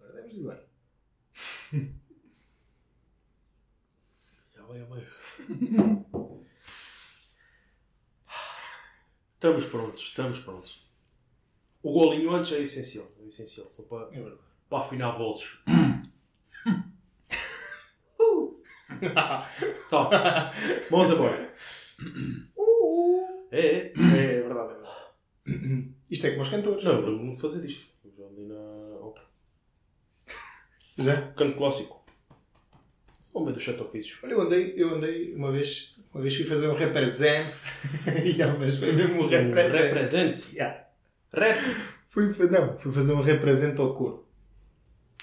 Agora demos-lhe bem. Já vai, já vai. Estamos prontos, estamos prontos. O golinho antes é essencial, é essencial, só para, É verdade. para afinar vozes. Top. Vamos embora. É, é. Uh, É verdade, é verdade. Isto é como os cantores. Não, eu lembro-me de fazer isto. Eu já andei na ópera. Já. Canto clássico. Ao meio dos sete ofícios. Olha, eu andei, eu andei uma vez, uma vez fui fazer um represent. yeah, mas foi mesmo um represent. Represente. Yeah. Rep. Fui, fa- não, fui fazer um represent ao coro.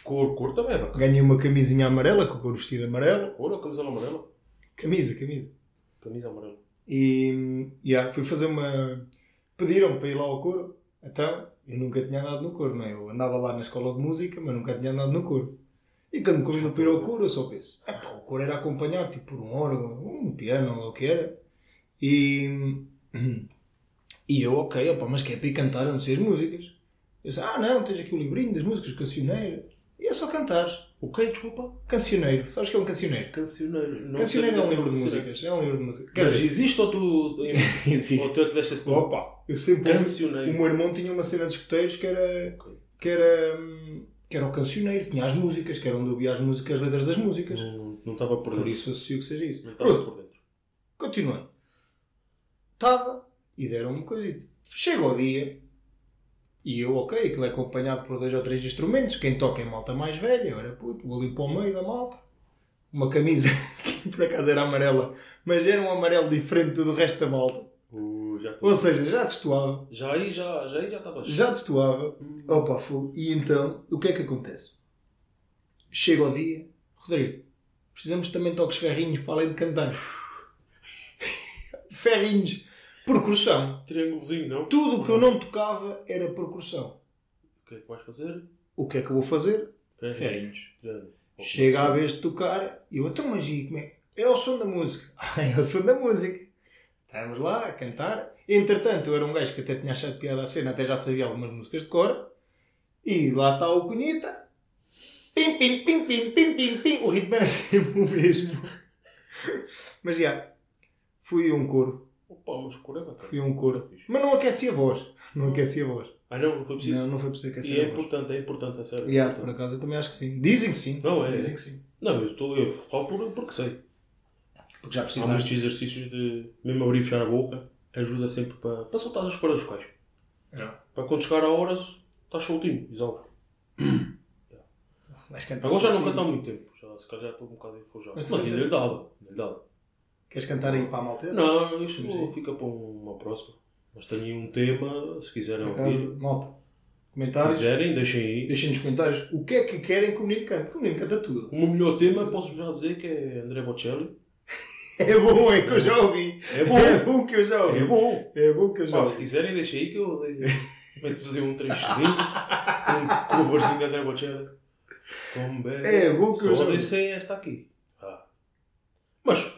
Cor, cor também é bacana. Ganhei uma camisinha amarela, com o couro vestido amarelo. Cor ou camisola amarela? Camisa, camisa. Camisa amarela. E yeah, fui fazer uma. Pediram para ir lá ao coro. Então, eu nunca tinha andado no coro, não é? Eu andava lá na escola de música, mas nunca tinha andado no coro. E quando me convidam para ir ao coro, eu só penso: "Ah pá, o coro era acompanhado tipo, por um órgão, um piano, ou lá o que era. E. E eu, ok, opa, mas que é para ir cantar, eu não sei as músicas. Eu disse: ah, não, tens aqui o livrinho das músicas, cancioneiro. E é só cantar. O quê? Desculpa. Cancioneiro, sabes o que é um cancioneiro? Cancioneiro. Não Cancioneiro é sei- um livro de não sei- músicas. É um livro de músicas. Quer Mas dizer, existe ou tu. tu- Existe. Ou tu é que deste esse nome? Opa, eu sempre ouvi. Cancioneiro. O meu irmão tinha uma cena de escuteiros que era. que era. hum, que era o cancioneiro, tinha as músicas, que era onde eu via as músicas, as letras das músicas. Não não estava por Por dentro. isso associo que seja isso. Não estava Pronto, por dentro. continuando. Estava e deram-me coisito. Chega o dia e eu, ok, aquilo é acompanhado por dois ou três instrumentos. Quem toca é malta mais velha, eu era puto, vou ali para o meio da malta. Uma camisa que por acaso era amarela, mas era um amarelo diferente do resto da malta. Uh, já, Ou seja, já destoava. já aí já já aí já estavas. Já destoava. Opa, fogo. E então, o que é que acontece? Chega o dia. Rodrigo, precisamos também de toques ferrinhos para além de cantar. ferrinhos. Percussão. Triângulozinho, não? Tudo o que eu não tocava era percussão. O que é que vais fazer? O que é que eu vou fazer? Ferrinhos. Ferrinhos. Triângulo. Chega à vez de tocar. E eu, então, mas e como é? É o som da música. Ah, é o som da música. Estávamos lá a cantar. Entretanto, eu era um gajo que até tinha achado piada à cena, até já sabia algumas músicas de cor. E lá está o Cunhita. Pim, pim, pim, pim, pim, pim, pim. O ritmo era sempre o mesmo. Mas já, fui a um coro. Opa, mas cor é bacana. Fui a um coro. Mas não aqueci a voz. Não aqueci a voz. Ah não, não foi preciso. Não, não foi preciso e aquecer é a voz. importante, é importante, é sério. é Já, por importante. acaso eu também acho que sim. Dizem que sim. Não, é. Dizem que sim. Não, eu, estou, eu falo por, porque sei. Porque já Há muitos precisaste. exercícios de mesmo abrir e fechar a boca. Ajuda sempre para, para soltar as cordas vocais. Não. Para quando chegar a hora, estás soltinho, exalto. Vais cantar Agora já não sozinho. canto há muito tempo, já, se calhar estou um bocado enferrujado. Mas Mas, tu ainda lhe cantas? dava, ainda lhe dava. Queres cantar aí para a malta? Não, isto Mas é. fica para uma próxima. Mas tenho aí um tema, se quiserem Por ouvir. acaso, malta, Se comentários. quiserem, deixem aí. Deixem nos comentários o que é que querem que o menino cante. Que o menino canta tudo. O meu melhor tema, posso já dizer que é André Bocelli. É bom, é que eu já ouvi. É É bom! bom que eu já É ouvi. bom! É bom que eu já Pá, se ouvi. quiserem, deixem aí que eu meto fazer um trechozinho, um coverzinho de André Bocelli. Como bem. É bom que eu já Só ouvi. deixei esta aqui. Ah. Mas,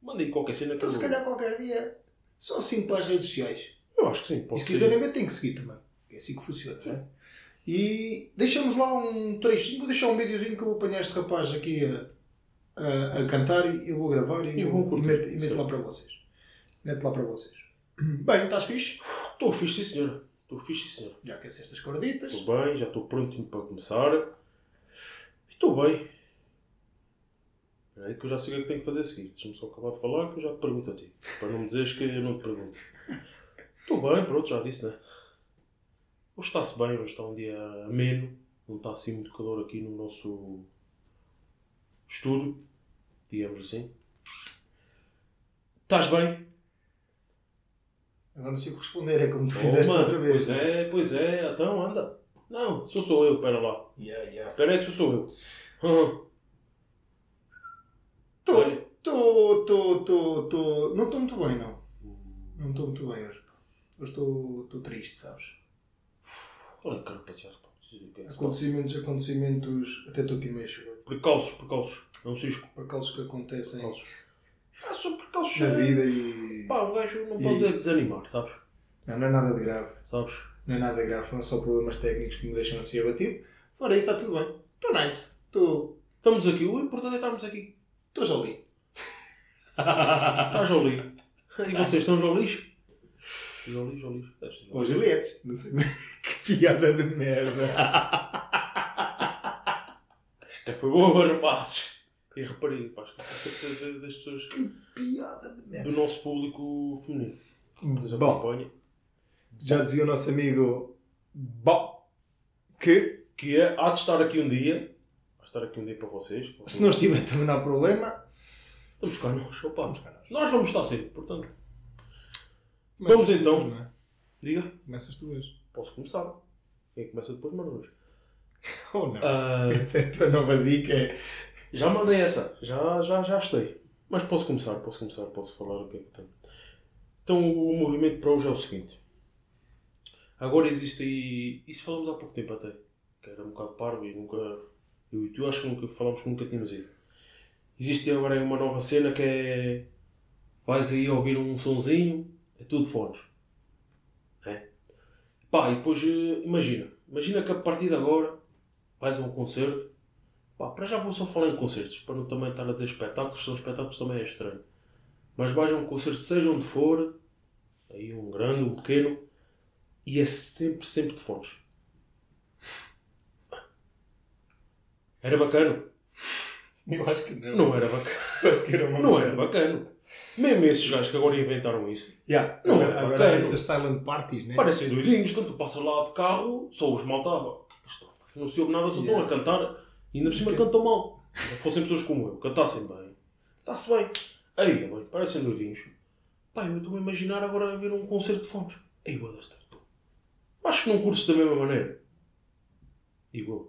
mandei qualquer cena que Então, eu... se calhar, qualquer dia, só assim para as redes sociais. Eu acho que sim, E pode se ser. quiserem ver, têm que seguir também. É assim que funciona, não é? E deixamos lá um trechinho. Vou deixar um videozinho que eu vou apanhar este rapaz aqui a, a, a cantar e eu vou gravar e, E vou- vou curtir. e meto, e meto Sim. lá para vocês. Meto lá para vocês. Bem, estás fixe? Estou fixe, sim, senhora. Estou fixe, sim, senhora. Já é aqueceste as corditas. Estou bem, já estou prontinho para começar. Estou bem. Espera aí que eu já sei o que é que tenho que fazer a seguir. Deixa-me só acabar de falar que eu já te pergunto a ti. Para não me dizeres que eu não te pergunto. Estou bem, pronto, já disse, né? Hoje está-se bem, hoje está um dia ameno. Não está assim muito calor aqui no nosso estúdio, digamos assim. Estás bem? Agora não sei o que responder, é como tu Oh, fizeste mano, outra vez. né? Pois é, pois é, então anda. Não, sou sou eu, pera lá. Yeah, yeah. Pera aí que sou sou eu. Hum, Tô, Olha. tô, tô, tô, tô. Não estou muito bem, não. Não estou muito bem hoje. pá. Hoje estou estou triste, sabes? Olha, cara, rapaziada, pá, é o que é que se passa? Acontecimentos, acontecimentos. Até estou aqui meio chorando. Precalços, precalços. É um cisco. Por causos que acontecem. Precalços. Ah, só por acaso na vida e. Pá, um gajo não E pode isto. desanimar, sabes? Não, não é nada de grave. Sabes? Não é nada de grave. Foram só problemas técnicos que me deixam assim abatido. Fora isso, está tudo bem. Estou nice. Estou. Estamos aqui, o importante é estarmos aqui. Estou joli. Ah. Está Jolie. E vocês estão Jolis? Jolis, Jolis. Deve ser Jolis. Ou Julietes. é Não sei. que piada de merda. Até foi boa, rapazes. E reparei, pá, acho que é das- das pessoas Piada de merda. do nosso público feminino que nos Bom, acompanha. já dizia o nosso amigo. Bom. Que. Que é, há de estar aqui um dia. Há de estar aqui um dia para vocês. Se não estiver também não há problema. Estamos cá nós, opa. Nós vamos estar sempre, portanto. Começas Vamos tu então. hoje, não é? Diga. Começas tu hoje. Posso começar. Quem começa depois, manda hoje. Ou não. Ah, Essa é a tua nova dica. é- já mandei essa. Já, já, já estei. Mas posso começar, posso começar, posso falar o que é que tem. Então, o movimento para hoje é o seguinte. Agora existe aí... Isso falamos há pouco tempo até. Que era um bocado parvo e nunca... Eu e tu acho que nunca falámos que nunca tínhamos ido. assim. Existe agora aí uma nova cena que é... Vais aí ouvir um sonzinho, é tudo fones. É? Pá, e depois eh, imagina. Imagina que a partir de agora vais a um concerto Pá, para já vou só falar em concertos, para não também estar a dizer espetáculos, são espetáculos também é estranho. Mas vais a um concerto, seja onde for, aí um grande, um pequeno, e é sempre, sempre de fones. Era bacana? Eu acho que não. Não era bacana. Eu acho que era É uma Não era bacana. Mesmo esses gajos que agora inventaram isso, Yeah. Não agora era agora há bacana. essas silent parties, né? parecem doidinhos, tanto passas lá de carro, só os malta. "Ah, isto Não se ouve nada, só estão a cantar, e ainda por cima cantam mal. Se fossem pessoas como eu, cantassem bem, está-se bem. Aí, bem, parecem doidinhos. Pá, eu estou-me a imaginar agora a ver um concerto de fones. Aí, boa desta. Acho que não curtes da mesma maneira. Igual.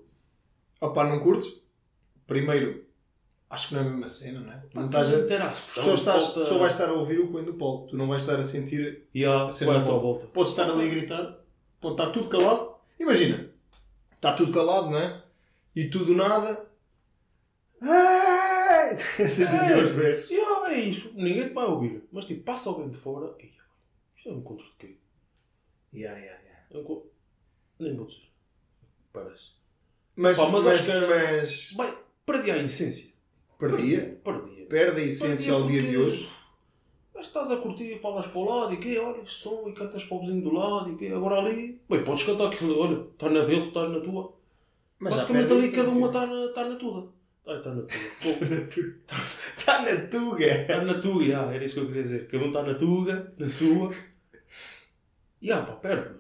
Opa, não curtes? Primeiro, acho que não é a mesma cena, não é? Não estás a... interação. Só, estás, falta- só vais estar a ouvir o coelho do polo. Tu não vais estar a sentir... Ya, cena vai à de tua volta. Podes estar ali a gritar. Pode estar tudo calado. Imagina. Está tudo calado, não é? E tudo nada... Ai! Essas duas berras. Ya, é isso. Ninguém te vai ouvir. Mas tipo, passa alguém de fora. Aí, isto é um encontro de quê? Yeah, yeah, yeah. Eu co- Nem vou dizer. Parece. Mas, Pá, mas mas, acho que- mas Bem, perdi a essência. perdia. Perdi. Perde a essência ao dia de hoje. Mas estás a curtir e falas para o lado e que olha, som e cantas para o vizinho do lado e que agora ali. Bem, podes cantar aquilo, olha, está na dele, estás na tua. Mas Basicamente ali cada uma está na, está na tua. Ah, está na Tá tua. Está Tá na tuga. Está tá na tua, já, era isso que eu queria dizer. Cada um está na tuga, na sua. E ah, pá, perde-me.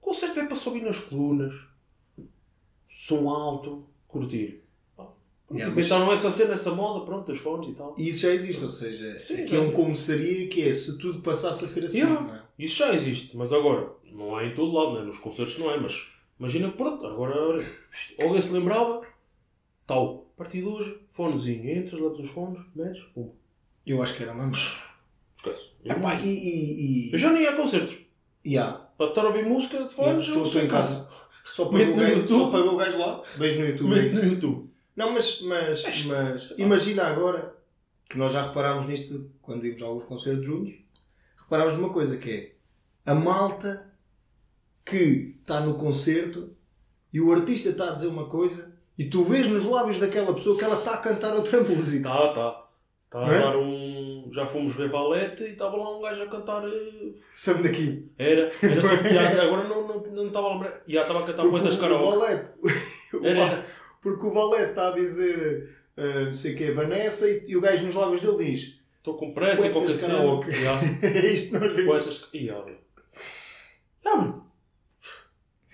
Concerto é para subir nas colunas, som alto, curtir. Pá, pronto, Yeah, mas- Inventaram essa cena, essa moda, pronto, os fones e tal. E isso já existe, ou seja, Sim, aqui é um mas- começaria que é se tudo passasse a ser assim. Yeah. não é? Isso já existe, mas agora, não é em todo lado, né? nos concertos não é, mas imagina, pronto, agora olha, alguém se lembrava, tal, a partir de hoje, fonezinho, entras, levas os fones, metes, pum, Eu acho que era mesmo. esquece. Eu, Epá, e. e, eu É e... já nem ia a concertos. Yeah. Para estar a ouvir música de Eu fones, Estou eu estou em sei casa. Só para o Mete então. no gajo, YouTube. só para o gajo lá. Vejo no YouTube. Mete no YouTube. Não, mas, mas, mas imagina agora que nós já reparámos nisto quando vimos alguns concertos juntos. Reparámos numa coisa que é a malta que está no concerto e o artista está a dizer uma coisa e tu vês nos lábios daquela pessoa que ela está a cantar outra música. Tá, tá. Tá a Não é? dar um. Já fomos ver Valete e estava lá um gajo a cantar. eh, Sabe daqui. Era, era só piada, agora não estava não, não estava a lembrar. Já estava a cantar poetas o, o Tá karaoke. Valete, o Era, Va- era. porque o Valete está a dizer ah, não sei o que é Vanessa e, e o gajo nos lábios dele diz Estou com pressa e qualquer Poetas cena. karaoke. Já. É isto nós vimos. Poetas. Já, meu. Já, meu.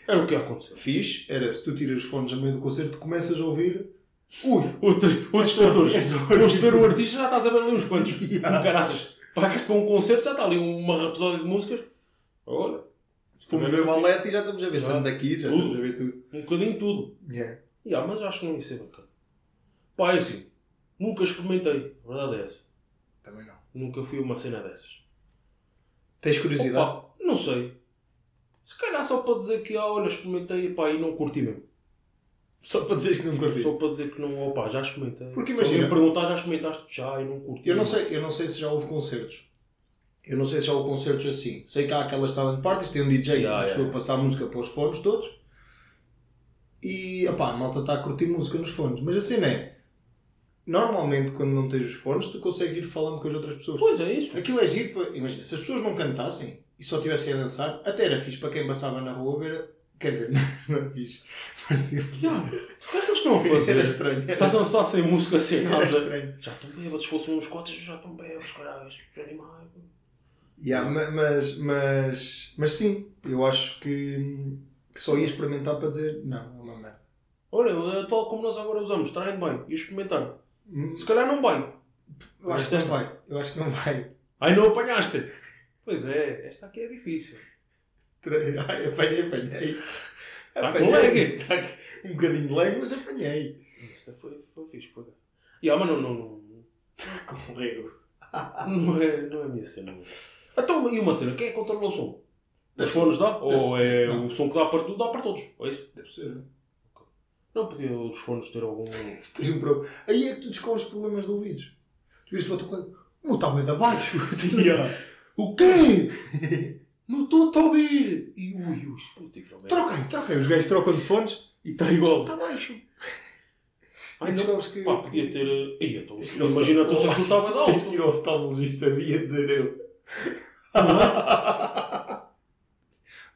Era o que ia acontecer. fixe era se tu tiras os fones a meio do concerto começas a ouvir ui Outros Mas outros cantores. és o Vamos artista. ter um artista, já estás a ver ali uns quantos. Ya. Um caraças. Pagas para um concerto, já está ali uma rapesódia de músicas. Olha, fomos ver o balete e já estamos a ver Já. sendo daqui já Tudo. estamos a ver tudo um bocadinho de tudo. Ya, mas acho que não ia ser bacana. Pá, é assim, nunca experimentei, a verdade é essa. também não Nunca fui a uma cena dessas. tens curiosidade Opa, não sei. Se calhar só para dizer que, ah, olha, experimentei pá, e não curti mesmo. Só para dizeres que não curtiste. Só para dizer que não, opa, já experimentei. Porque Se alguém imagina- me perguntar, já experimentaste? Já, eu não curto. Eu não, sei, eu não sei se já houve concertos. Eu não sei se já houve concertos assim. Sei que há aquelas silent parties, tem um DJ que Yeah, yeah, yeah. a passar música para os fones todos. E opá, a malta está a curtir música nos fones. Mas assim é. Normalmente quando não tens os fones tu consegues ir falando com as outras pessoas. Pois é isso. Aquilo é giro para. Imagina, se as pessoas não cantassem e só estivessem a dançar, até era fixe para quem passava na rua ver. a- Quer dizer, não era fixe. Parecia. um Yeah. O que é que eles estão a fazer? Era estranho. Estás a dançar sem música, sem Era nada. estranho. Já estão bêbados, se fossem uns cotas, já estão bêbados, caralho, estes animais. Yeah, ma- mas, mas, mas sim, eu acho que, que só ia experimentar para dizer não, é uma merda. Olha, eu- tal como nós agora usamos, traem bem e experimentaram. Hum, Se calhar não bem. Eu acho que não vai, eu acho que não vai. Ai, não apanhaste. Pois é, esta aqui é difícil. Tra- Ai, apanhei, apanhei. Tá com Apanhei. lag. Tá com um bocadinho de lag, mas apanhei. Esta foi, foi fixe, por acaso. Yeah, mas não, não, não, Tá com lag. não, é, não é a minha cena. mano. Então, e uma cena, quem é que controla o som? Deve Os ser. fones dá? Ou é Não. o som que dá para tudo, dá para todos? Ou é isso? Deve ser. Não, porque os fones ter algum. Se tens um problema. Aí é que tu descobres problemas de ouvidos. Tu viste para o teu colega, o meu tá está bem de abaixo. Yeah. O quê? não estou a ouvir! E ui, ui, puta que merda. Troquem, troquem. Os gajos trocam de fones E está igual. está abaixo. Ai, e não. descobres que. Pá, podia ter. eh, Ei, eu tô... Tens que ir ao Imagina tu se aquilo estava de Tens alto. que ir ao oftalmologista dia dizer eu.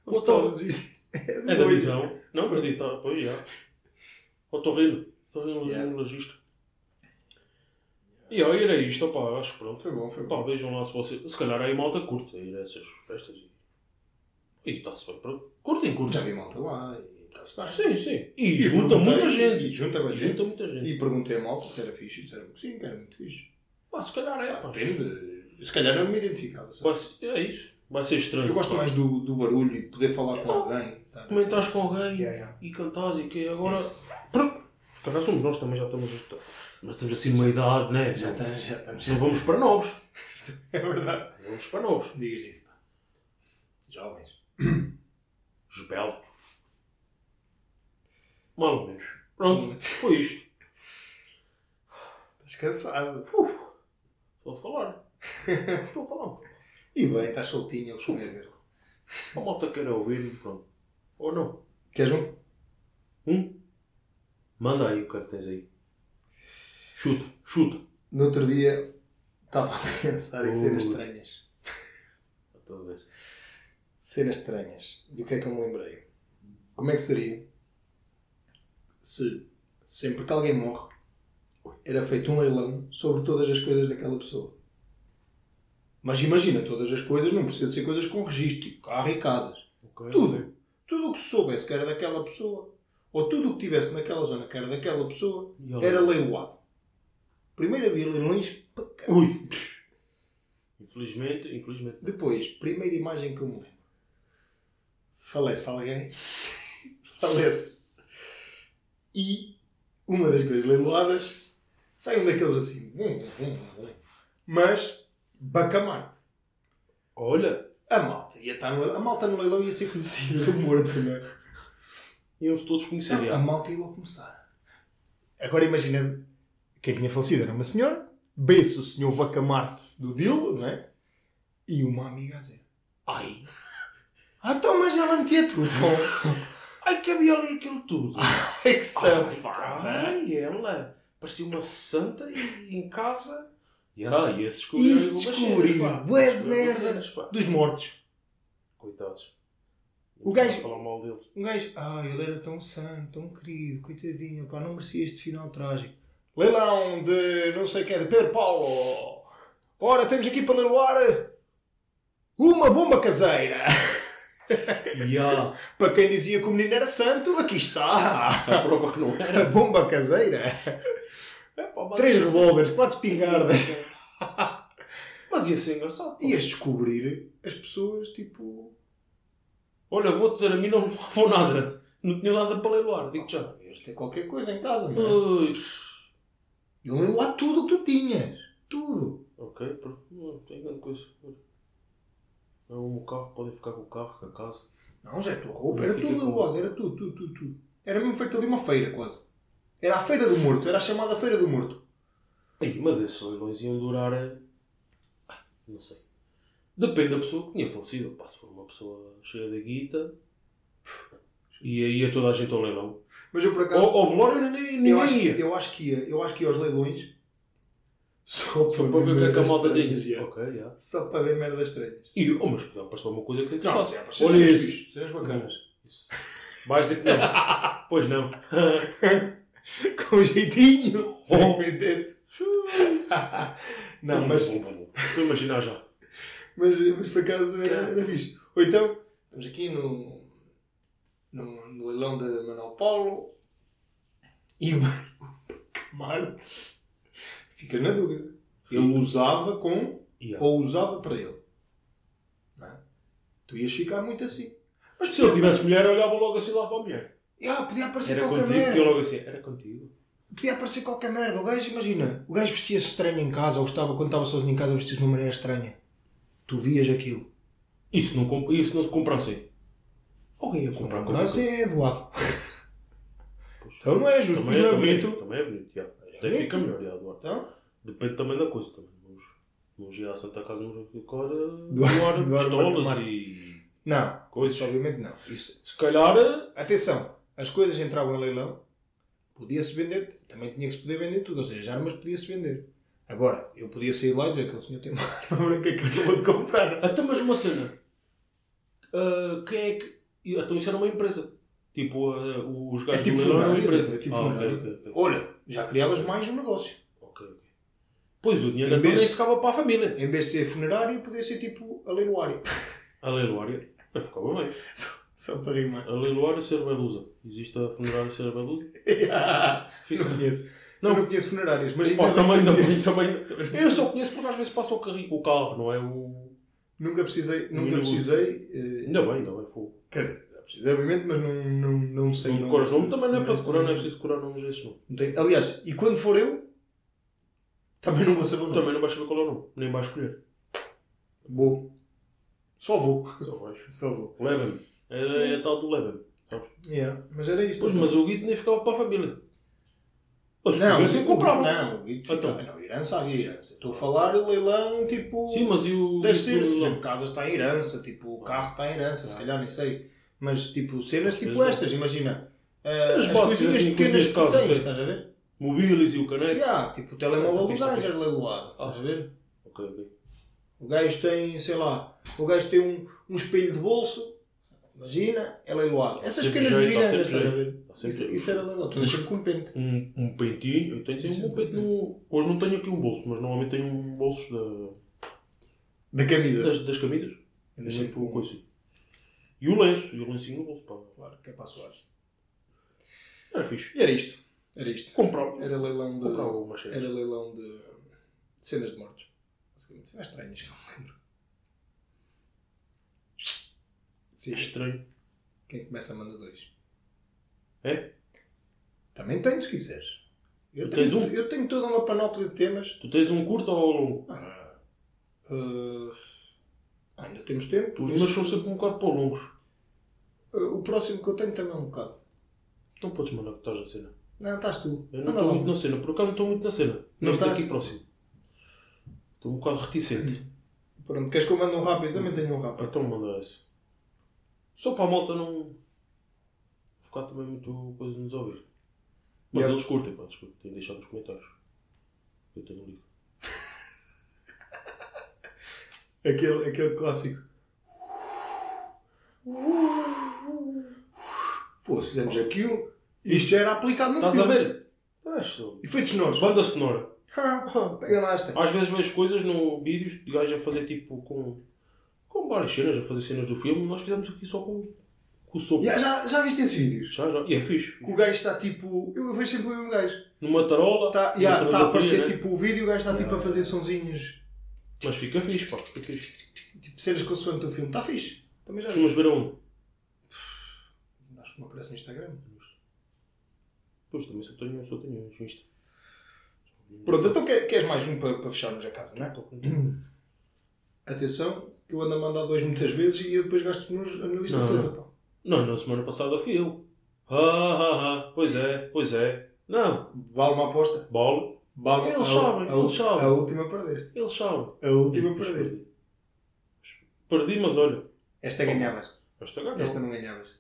O oftalmologista é É da visão. Não, podia estar. Pois já. Ou torrino. Torrino Yeah. yeah. logista. E aí era isto, opá, acho que pronto. Foi bom, foi Pá, vejam lá se vocês. Se calhar aí malta curta ir a essas festas. e- E está-se bem, pronto. Curtem, Já curtem. vi malta lá e está-se bem. Sim, sim. E junta perguntei- muita gente. E junta E bem gente. Junta muita gente. E perguntei a malta se era fixe e disseram que sim, que era muito fixe. Pá, se calhar é, pá. Depende. Se calhar eu não me identificava. sabe? Vai ser- é isso. Vai ser estranho. Eu gosto pá. mais do, do barulho e de poder falar com alguém. Tá? Comentares com alguém Yeah, yeah. e cantares e que agora. Pronto. Se calhar somos nós também, já estamos. Nós estamos assim numa idade, né? Já estamos, já estamos. Não vamos para novos. É verdade. Não vamos para novos. Digas isso, pá. Jovens. Esbeltos. Mais ou menos. Pronto. Foi isto. Estás cansado. Estou a falar. Estou a falar. E bem, estás soltinho, é o primeiro vez. A malta quer ouvir pronto. Ou não. Queres um? Um. Manda aí o que é que tens aí. Chuta, chuta. No outro dia estava a pensar em cenas Ui. estranhas. Estou a ver. Cenas estranhas. E o que é que eu me lembrei? Como é que seria se sempre que alguém morre era feito um leilão sobre todas as coisas daquela pessoa? Mas imagina, todas as coisas não precisa de ser coisas com registro, tipo carro e casas. Ok. Tudo. Tudo o que se soubesse que era daquela pessoa, ou tudo o que tivesse naquela zona que era daquela pessoa, é? E olha. era leiloado. Primeiro havia leilões para caralho. Ui. Infelizmente, infelizmente. Depois, primeira imagem que eu me lembro. Falece alguém. Falece. E uma das coisas leiloadas sai um daqueles assim. vum, vum, vum, vum, Mas bacamarte. Olha, A malta ia estar no, a malta no leilão ia ser conhecida do morto, não é? iam-se todos conhecer. Não, a já. malta ia logo começar. Agora imagina quem tinha falecido era uma senhora, beijo o senhor Bacamarte do Dilo, não é? E uma amiga a dizer: Ai. Ah, então, mas ela metia tudo. Ai, que havia ali aquilo tudo. é que safada! Ai, ela parecia uma santa e em casa. Ya, e esses E descobriram isso descobrir bué de merda dos mortos. Coitados. O gajo- Falar mal deles. Um gajo, ah, ele era tão santo, tão querido, coitadinho, pá, não merecia este final trágico. Leilão de não sei quem, de Pedro Paulo. Ora, temos aqui para leiloar uma bomba caseira. Ya, Para quem dizia que o menino era santo, aqui está. a prova que não é. era. A bomba caseira. Epá, É mas Três ia ser- revólveres, quatro espingardas. Mas ia ser engraçado. pá. Ias descobrir as pessoas, tipo, Olha, vou dizer, a mim não vou nada. Não tinha nada para leiloar, digo já. Este é qualquer coisa em casa, não é? Ui, Eu lembro lá tudo o que tu tinhas. Tudo. Ok, pronto. Não tem grande coisa. Não, o carro, podem ficar com o carro, com a casa. Não, Zé, a tua roupa Não era fica tudo com- do lado, era tudo, tudo, tudo, tudo. Era mesmo feito ali uma feira, quase. Era a Feira do Morto, era a chamada Feira do Morto. Ei, mas esses leilões iam durar. eh, ah, não sei. Depende da pessoa que tinha falecido. Pá, se for uma pessoa cheia da guita. pff, E aí ia toda a gente ao leilão. Mas eu por acaso. Ou ao Glória ninguém, eu, Oh, ninguém acho, ia. eu, acho que ia, eu acho que ia aos leilões. Só Só para ver o que é que a malta merdas tinha. estranhas, Ok, já. já. Só para ver merdas estranhas. E, oh, mas já apareceu uma coisa que é que Não, fácil. já apareceu Olha cenas isso. fixe, cenas bacanas. Isso. Vais dizer que não. pois não. Com jeitinho. Sem Oh. entender. Não, Hum, mas, bom, bom, bom. Estou a imaginar já. mas, mas por acaso era, era fixe. Ou então, estamos aqui no, no, no leilão de Manuel Paulo e vai o Camargo. Fica na dúvida. Ele usava com Ia. ou usava para ele. Não é? Tu ias ficar muito assim. Mas Se ele tivesse mulher, olhava logo assim lá para a mulher. Ah, podia aparecer Era qualquer contigo, dizia merda. logo assim. Era contigo. Podia aparecer qualquer merda. O gajo, imagina, o gajo vestia-se estranho em casa ou estava quando estava sozinho em casa vestia-se de uma maneira estranha. Tu vias aquilo. Isso não, comp- isso não se assim. comprasse. Alguém ia comprar Comprar qualquer coração coisa. é doado. Pois. Então não é justo, Também, não é também, bonito. também é Tá. bonito. já. Até bonito. fica melhor, já, Eduardo. Então, Depende também da coisa. Também. Vamos, vamos ir à Santa Casa um do Cora Eduardo doar pistolas Marcamar. e não, coisas. isso obviamente não. Isso. Se calhar, eh, Atenção, as coisas entravam em leilão, podia-se vender, também tinha que se poder vender tudo, ou seja, as armas podia-se vender. Agora, eu podia sair lá e dizer aquele senhor tem uma arma branca que acabou de comprar. até mais Então, uma cena. Ah, quem é que. Então isso era uma empresa. Tipo, ah, os É gajos tipo do Leilão eram uma funcionário, empresa. é tipo Ah, ok, funcionário. ok, ok. Olha, já criavas mais um negócio. Ok, ok. Pois o dinheiro Em então vez- nem ficava para a família. Em vez de ser funerário, podia ser tipo aleiroário. A leiloária. Ficava bem. Só para rimar. A leiloária Cervelusa. Existe a funerária Cervelusa? não conheço. Não. Não, não conheço funerárias, mas Pá, ainda também, bem que também, conheço. também. Eu só conheço porque às vezes passa o carrinho, o carro, não é? O... Nunca precisei, Não nunca uso. precisei. eh, Ainda bem, ainda bem. Fogo. quer dizer, já precisei, obviamente, mas não, não, não sei. Não decoras nome, também não é para decorar, não é preciso decorar nomes desses, não. Não tenho- Aliás, e quando for eu, também não vou saber o nome. Também não vais saber qual é o nome, nem vais escolher. Vou. Só vou. Só vais. Só vou. Leva-me. É, é a tal do leva-me. sabes? Yeah, mas era isto. Pois, mas o guito nem ficava para a família. Ou se não, quisessem, compravam. Não, o Guito Então. fica- não, herança havia herança. Estou a falar de leilão tipo. Sim, mas e o. das cenas, guito do por leilão? exemplo, casas está em herança, tipo, o carro está em herança, se Ah. calhar, nem sei. Mas, tipo, cenas Mas tipo depois estas, imagina. ah, as Cenas básicas, coisinhas assim, pequenas coisinhas de que tu casa, tens, ok. estás a ver? Mobílias e o caneco. Yeah, tipo, o Ah, telemóvel do fixe, gajo fixe. era leiloado, Ah, estás a ver? Ok, ok. O gajo tem, sei lá, o gajo tem um, um espelho de bolso, imagina, é leiloado. Essas Sempre pequenas jeito, dá bugirangas, sempre estás a ver? jeito. Dá sempre Isso, jeito. isso era é leiloado, tu nasces com um pente. um, um peitinho. Eu tenho sempre um bom peito. No... Hoje não tenho aqui um bolso, mas normalmente tenho um bolso Da da- camisa. das, das camisas. Andas sempre Um com coisa. coisinho. E o lenço, e o lencinho no bolso. Pá. Claro, que é para suar. Era fixe. E era isto. Era isto. Comprava. Era leilão de... Comprava uma cheia. Era leilão de, de cenas de mortos. Basicamente, cenas estranhas que eu me lembro. Sim. Estranho. Quem começa manda dois. É? Também tenho, se quiseres. Eu Tu tenho, tens um? eu tenho toda uma panóplia de temas. Tu tens um curto ou longo? Ah, ah, ainda temos tempo. Os Mas, meus são sempre um bocado para longos. ah, o próximo que eu tenho também é um bocado. Então podes mandar que estás na cena. Não, estás tu. Eu não Manda estou lá. muito na cena. Por acaso não estou muito na cena. Não Não estou estás? aqui próximo. Estou um bocado reticente. Pronto, queres que eu mande um rápido? Também tenho um rápido. Então manda esse. Só para a malta não ficar também muito coisa de nos ouvir. Mas Yeah. eles curtem, pá, eles curtem. Têm deixado nos comentários. Eu tenho lido. Aquele, aquele clássico. Fosse, fizemos aqui um. Isto já era aplicado no Estás a filme. ver? Ah, isto- Efeitos sonoros. Banda sonora. Ah, Pega lá esta. Às vezes vejo coisas no vídeos de gajo a fazer tipo com. com várias cenas, a fazer cenas do filme. Nós fizemos aqui só com, com o som. Já, já, já viste esses vídeos? Já, já. E é fixe. Que o gajo está tipo. Eu vejo sempre o mesmo gajo. Numa tarola. Está uma já, cena está de Tá, a aparecer bateria, né? tipo o vídeo, o gajo está tipo a fazer sonzinhos. Mas fica fixe, pá. Fica fixe. Tipo cenas consoante o filme. Está fixe. Também já vi. Costumas ver aonde? Acho que não aparece no Instagram. Pois também só tenho, só tenho é isto. Pronto, então quer- queres mais um para, para fecharmos a casa, não é? Atenção, que eu ando a mandar dois muitas vezes e eu depois gasto nos a minha lista Não, toda. não. pá. Não, na semana passada fui eu. Ah, ah, ah, pois é, pois é. Não, Vale uma aposta. bola. Vale Eles a- sabem, a- eles sabem. A última perdeste. Eles sabem. A última Mas perdeste. perdi. Perdi, mas olha. Esta ganhavas. Esta ganhou. Esta não ganhavas.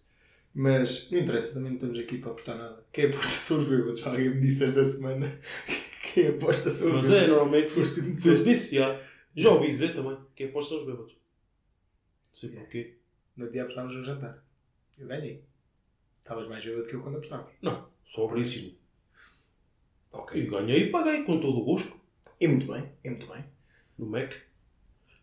Mas não interessa, também não estamos aqui para apostar nada. Quem aposta são os bêbados. Já Alguém me disse esta semana. Quem aposta são os Mas é, bêbados. normalmente Foste tu que me Se eu disseste. disse já, já ouvi dizer também que é para os seus bêbados. Não sei porquê. No dia apostámos um jantar. Eu ganhei. Estavas mais bêbado que eu quando apostámos. Não, sobríssimo. Ok. E ganhei e paguei com todo o gosto. E muito bem. E muito bem. No Mac.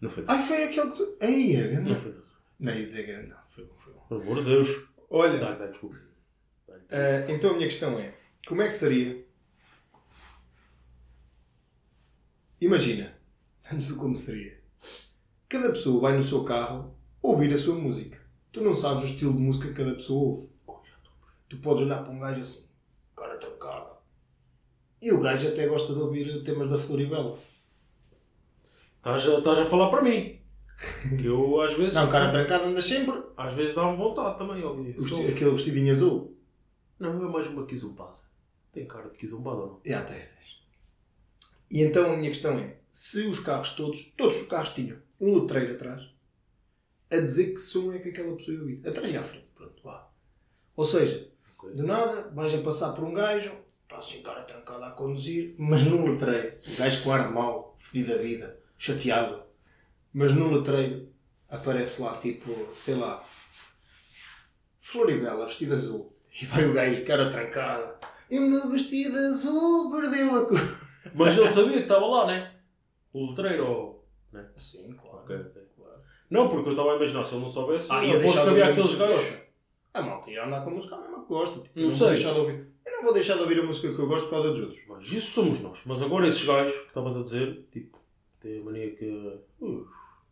Não foi nada. Ai, foi aquele que... tu- Aí, é Não grande. foi nada. Não, ia dizer que era. Não, foi bom, foi bom. Por amor de Deus. Olha, Dá-lhe, dá desculpa. Dá-lhe, dá-lhe. ah, então a minha questão é... Como é que seria... Imagina. Antes do como seria. Cada pessoa vai no seu carro ouvir a sua música. Tu não sabes o estilo de música que cada pessoa ouve. Oh, Tu podes olhar para um gajo assim... Cara, teu cara. E o gajo até gosta de ouvir temas da Floribela. Estás a, estás a falar para mim. Que eu às vezes. Não, cara trancado anda sempre. Às vezes dá-me vontade também, óbvio. Vesti- Sou- Aquele vestidinho azul. Não, é mais uma quizumbada. Tem cara de quizumbada ou não? Já tens, tens. E então a minha questão é: se os carros todos, todos os carros tinham um letreiro atrás a dizer que som é que aquela pessoa ia ouvir, atrás e à frente, pronto, vá. Ou seja, Ok. de nada, vais a passar por um gajo, está assim, cara trancado a conduzir, mas num letreiro, o gajo com ar de mau, fedido a vida, chateado, mas num letreiro aparece lá, tipo, sei lá, Floribela, vestida azul. E vai o gajo, cara trancada. E o meu vestido azul perdeu a cor. Mas ele sabia que estava lá, né? O letreiro. ou- Né? Sim, claro. Ok, ok. claro. Não, porque eu estava a imaginar, se ele não soubesse, Ah, eu ia aposto deixar que de ouvir havia a aqueles música que gajos. gosta. A malta ia andar com a música mesmo que gosto. Tipo, Não vou sei. deixar de ouvir. Eu não vou deixar de ouvir a música que eu gosto por causa dos outros. Mas isso somos nós. Mas agora esses gajos que estavas a dizer, tipo, têm a mania que. Os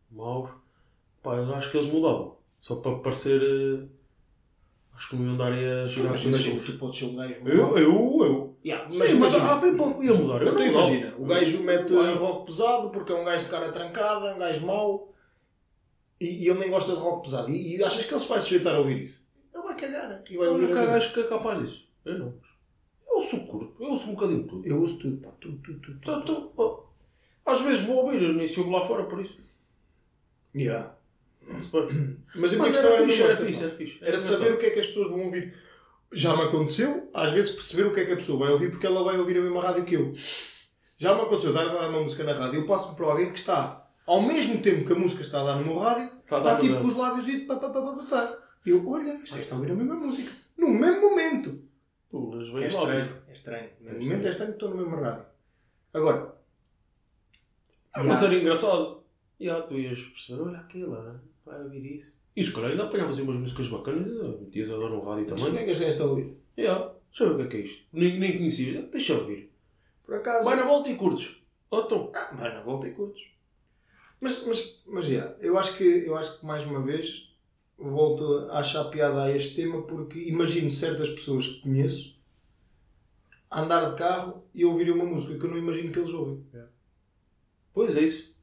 maus. Pá, eu acho que eles mudavam. Só para parecer. eh, acho que não iam dar a chegar Mas às pessoas. imagina, tu podes ser um gajo. Eu, eu, eu. Yeah, Sim, mas mas, imagina, há bem pouco ia mudar. Eu Então não imagina, o gajo mete um Vai. rock pesado porque é um gajo de cara trancada, um gajo mau e, e ele nem gosta de rock pesado. E, e achas que ele se vai sujeitar a ouvir isso? Ele vai cagar e vai Eu ouvir nunca aquilo. acho que é capaz disso. Eu não. Eu sou curto, eu sou um bocadinho tudo. Eu uso tudo, pá, tudo, tudo, tudo. Então, então, ó, às vezes vou ouvir, eu nem soube lá fora, por isso. Yeah. Se bem- É Mas a minha Mas questão era era, fixe, não era gosta, fixe, pá. era fixe. Era saber o que é que as pessoas vão ouvir. Já me aconteceu, às vezes, perceber o que é que a pessoa vai ouvir porque ela vai ouvir a mesma rádio que eu. Já me aconteceu dar a dar uma música na rádio eu passo-me para alguém que está, ao mesmo tempo que a música está a dar no meu rádio, Está está, a dar no tipo meu. com os lábios e pá, pá, pá, pá, pá, pá. Eu, olha, isto é está a ouvir a mesma música. No mesmo momento. Pô, mas É veio lá, mas- estranho. É estranho. No mesmo momento é estranho que estou no mesmo rádio. Agora. Ah, Mas era engraçado. E ah, tu ias perceber, olha aquilo lá, vai ouvir isso. E se calhar ainda apanhavas aí umas músicas bacanas, eh, metias a dar no rádio Mas o que também. é que este gajo está a ouvir? E ah, deixa eu ver o que é que é isto. Nem, nem conhecia, deixa eu ouvir. Por acaso. Vai na volta e curtes. Ó, então. Ah, vai na volta e curtos. Mas, mas, mas já, eu acho que eu acho que mais uma vez volto a achar piada a este tema porque imagino certas pessoas que conheço a andar de carro e ouvirem uma música que eu não imagino que eles ouvem. Pois é isso.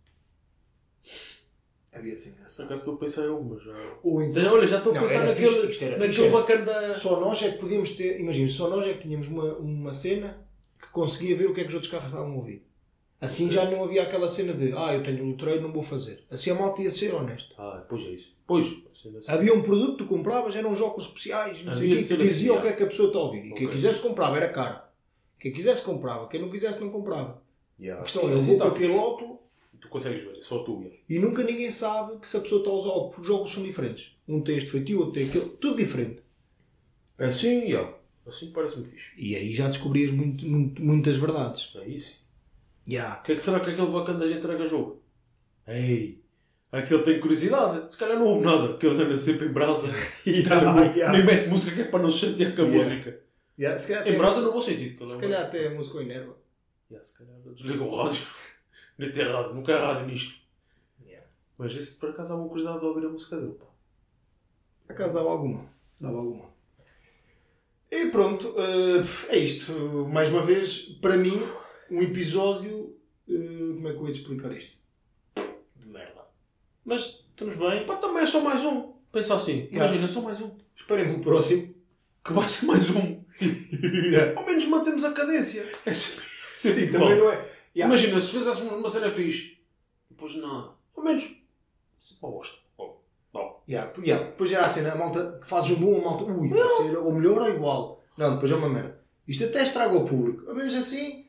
Havia de ser Por engraçado. acaso estou a pensar em algumas já. Ou então Então, olha, já estou a Não, pensar era naquele, fixe, isto era naquele fixe, era. bacana da. só nós é que podíamos ter, imagina, só nós é que tínhamos uma, uma cena que conseguia ver o que é que os outros carros estavam a ouvir. Assim já não havia aquela cena de ah, eu tenho letreiro, não vou fazer. Assim a malta ia ser honesta. Ah, pois é isso. Pois, sendo assim. Havia um produto que tu compravas, eram uns óculos especiais, não sei Havia o quê, de que ser dizia assim, o que é que a pessoa está a ouvir. E quem Ok. quisesse comprava, era caro. Quem quisesse comprava, quem não quisesse não comprava. Yeah. A questão é, eu Assim vou tá para aquele fixe. óculo Tu consegues ver, é só tu. yeah. e nunca ninguém sabe que se a pessoa está a usar óculos, porque os óculos são diferentes. Um tem este feitio, outro tem aquele, tudo diferente. É Assim, yeah. assim parece-me fixe. E aí já descobrias muito- muito- muitas verdades. É isso. Ya. O que é que será que aquele bacana da gente entrega jogo? Ei, aquele tem curiosidade. Se calhar não ouve nada, porque ele anda sempre em brasa. e Yeah, nem- Ah, yeah. Nem mete música que é para não se chatear com a Yeah. música. Ya, Se calhar Em até, brasa não vou sentido. se calhar até a música o enerva. Yeah, ah, se calhar desliga o rádio. Nem tem rádio, nunca há rádio nisto. Yeah. Mas esse por acaso há uma curiosidade de ouvir a música dele. Pá. Por acaso dava alguma. Dava alguma. E pronto, eh, é isto. Mais uma vez, para mim, um episódio. eh, como é que eu ia te explicar isto? De merda. Mas estamos bem. Pá, também é só mais um. Pensa assim, Yeah. imagina, é só mais um. Esperem pelo próximo. que basta mais um. Yeah. Ao menos mantemos a cadência. É sempre- sempre Sim, igual. também não é. Yeah. Imagina, se fizéssemos uma cena fixe, depois não. Ao menos. Se para bosta. Bom, não. Yeah, porque, yeah, depois era assim, né? a malta que fazes um bom, a malta, ui, vai ser ou melhor ou igual. Não, depois é uma merda. Isto até estraga o público. Ao menos assim,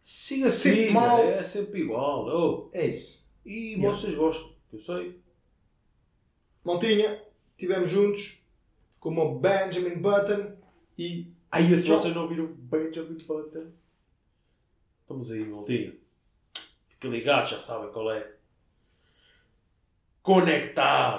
siga sempre Siga, mal. É. É sempre igual. oh. isso. E Yeah. vocês gostam, eu sei. Montinha, estivemos juntos como o Benjamin Button e. Aí se Não. vocês não viram Benjamin Button. Estamos aí, voltinho. Fiquem ligados, já sabem qual é. Conectar.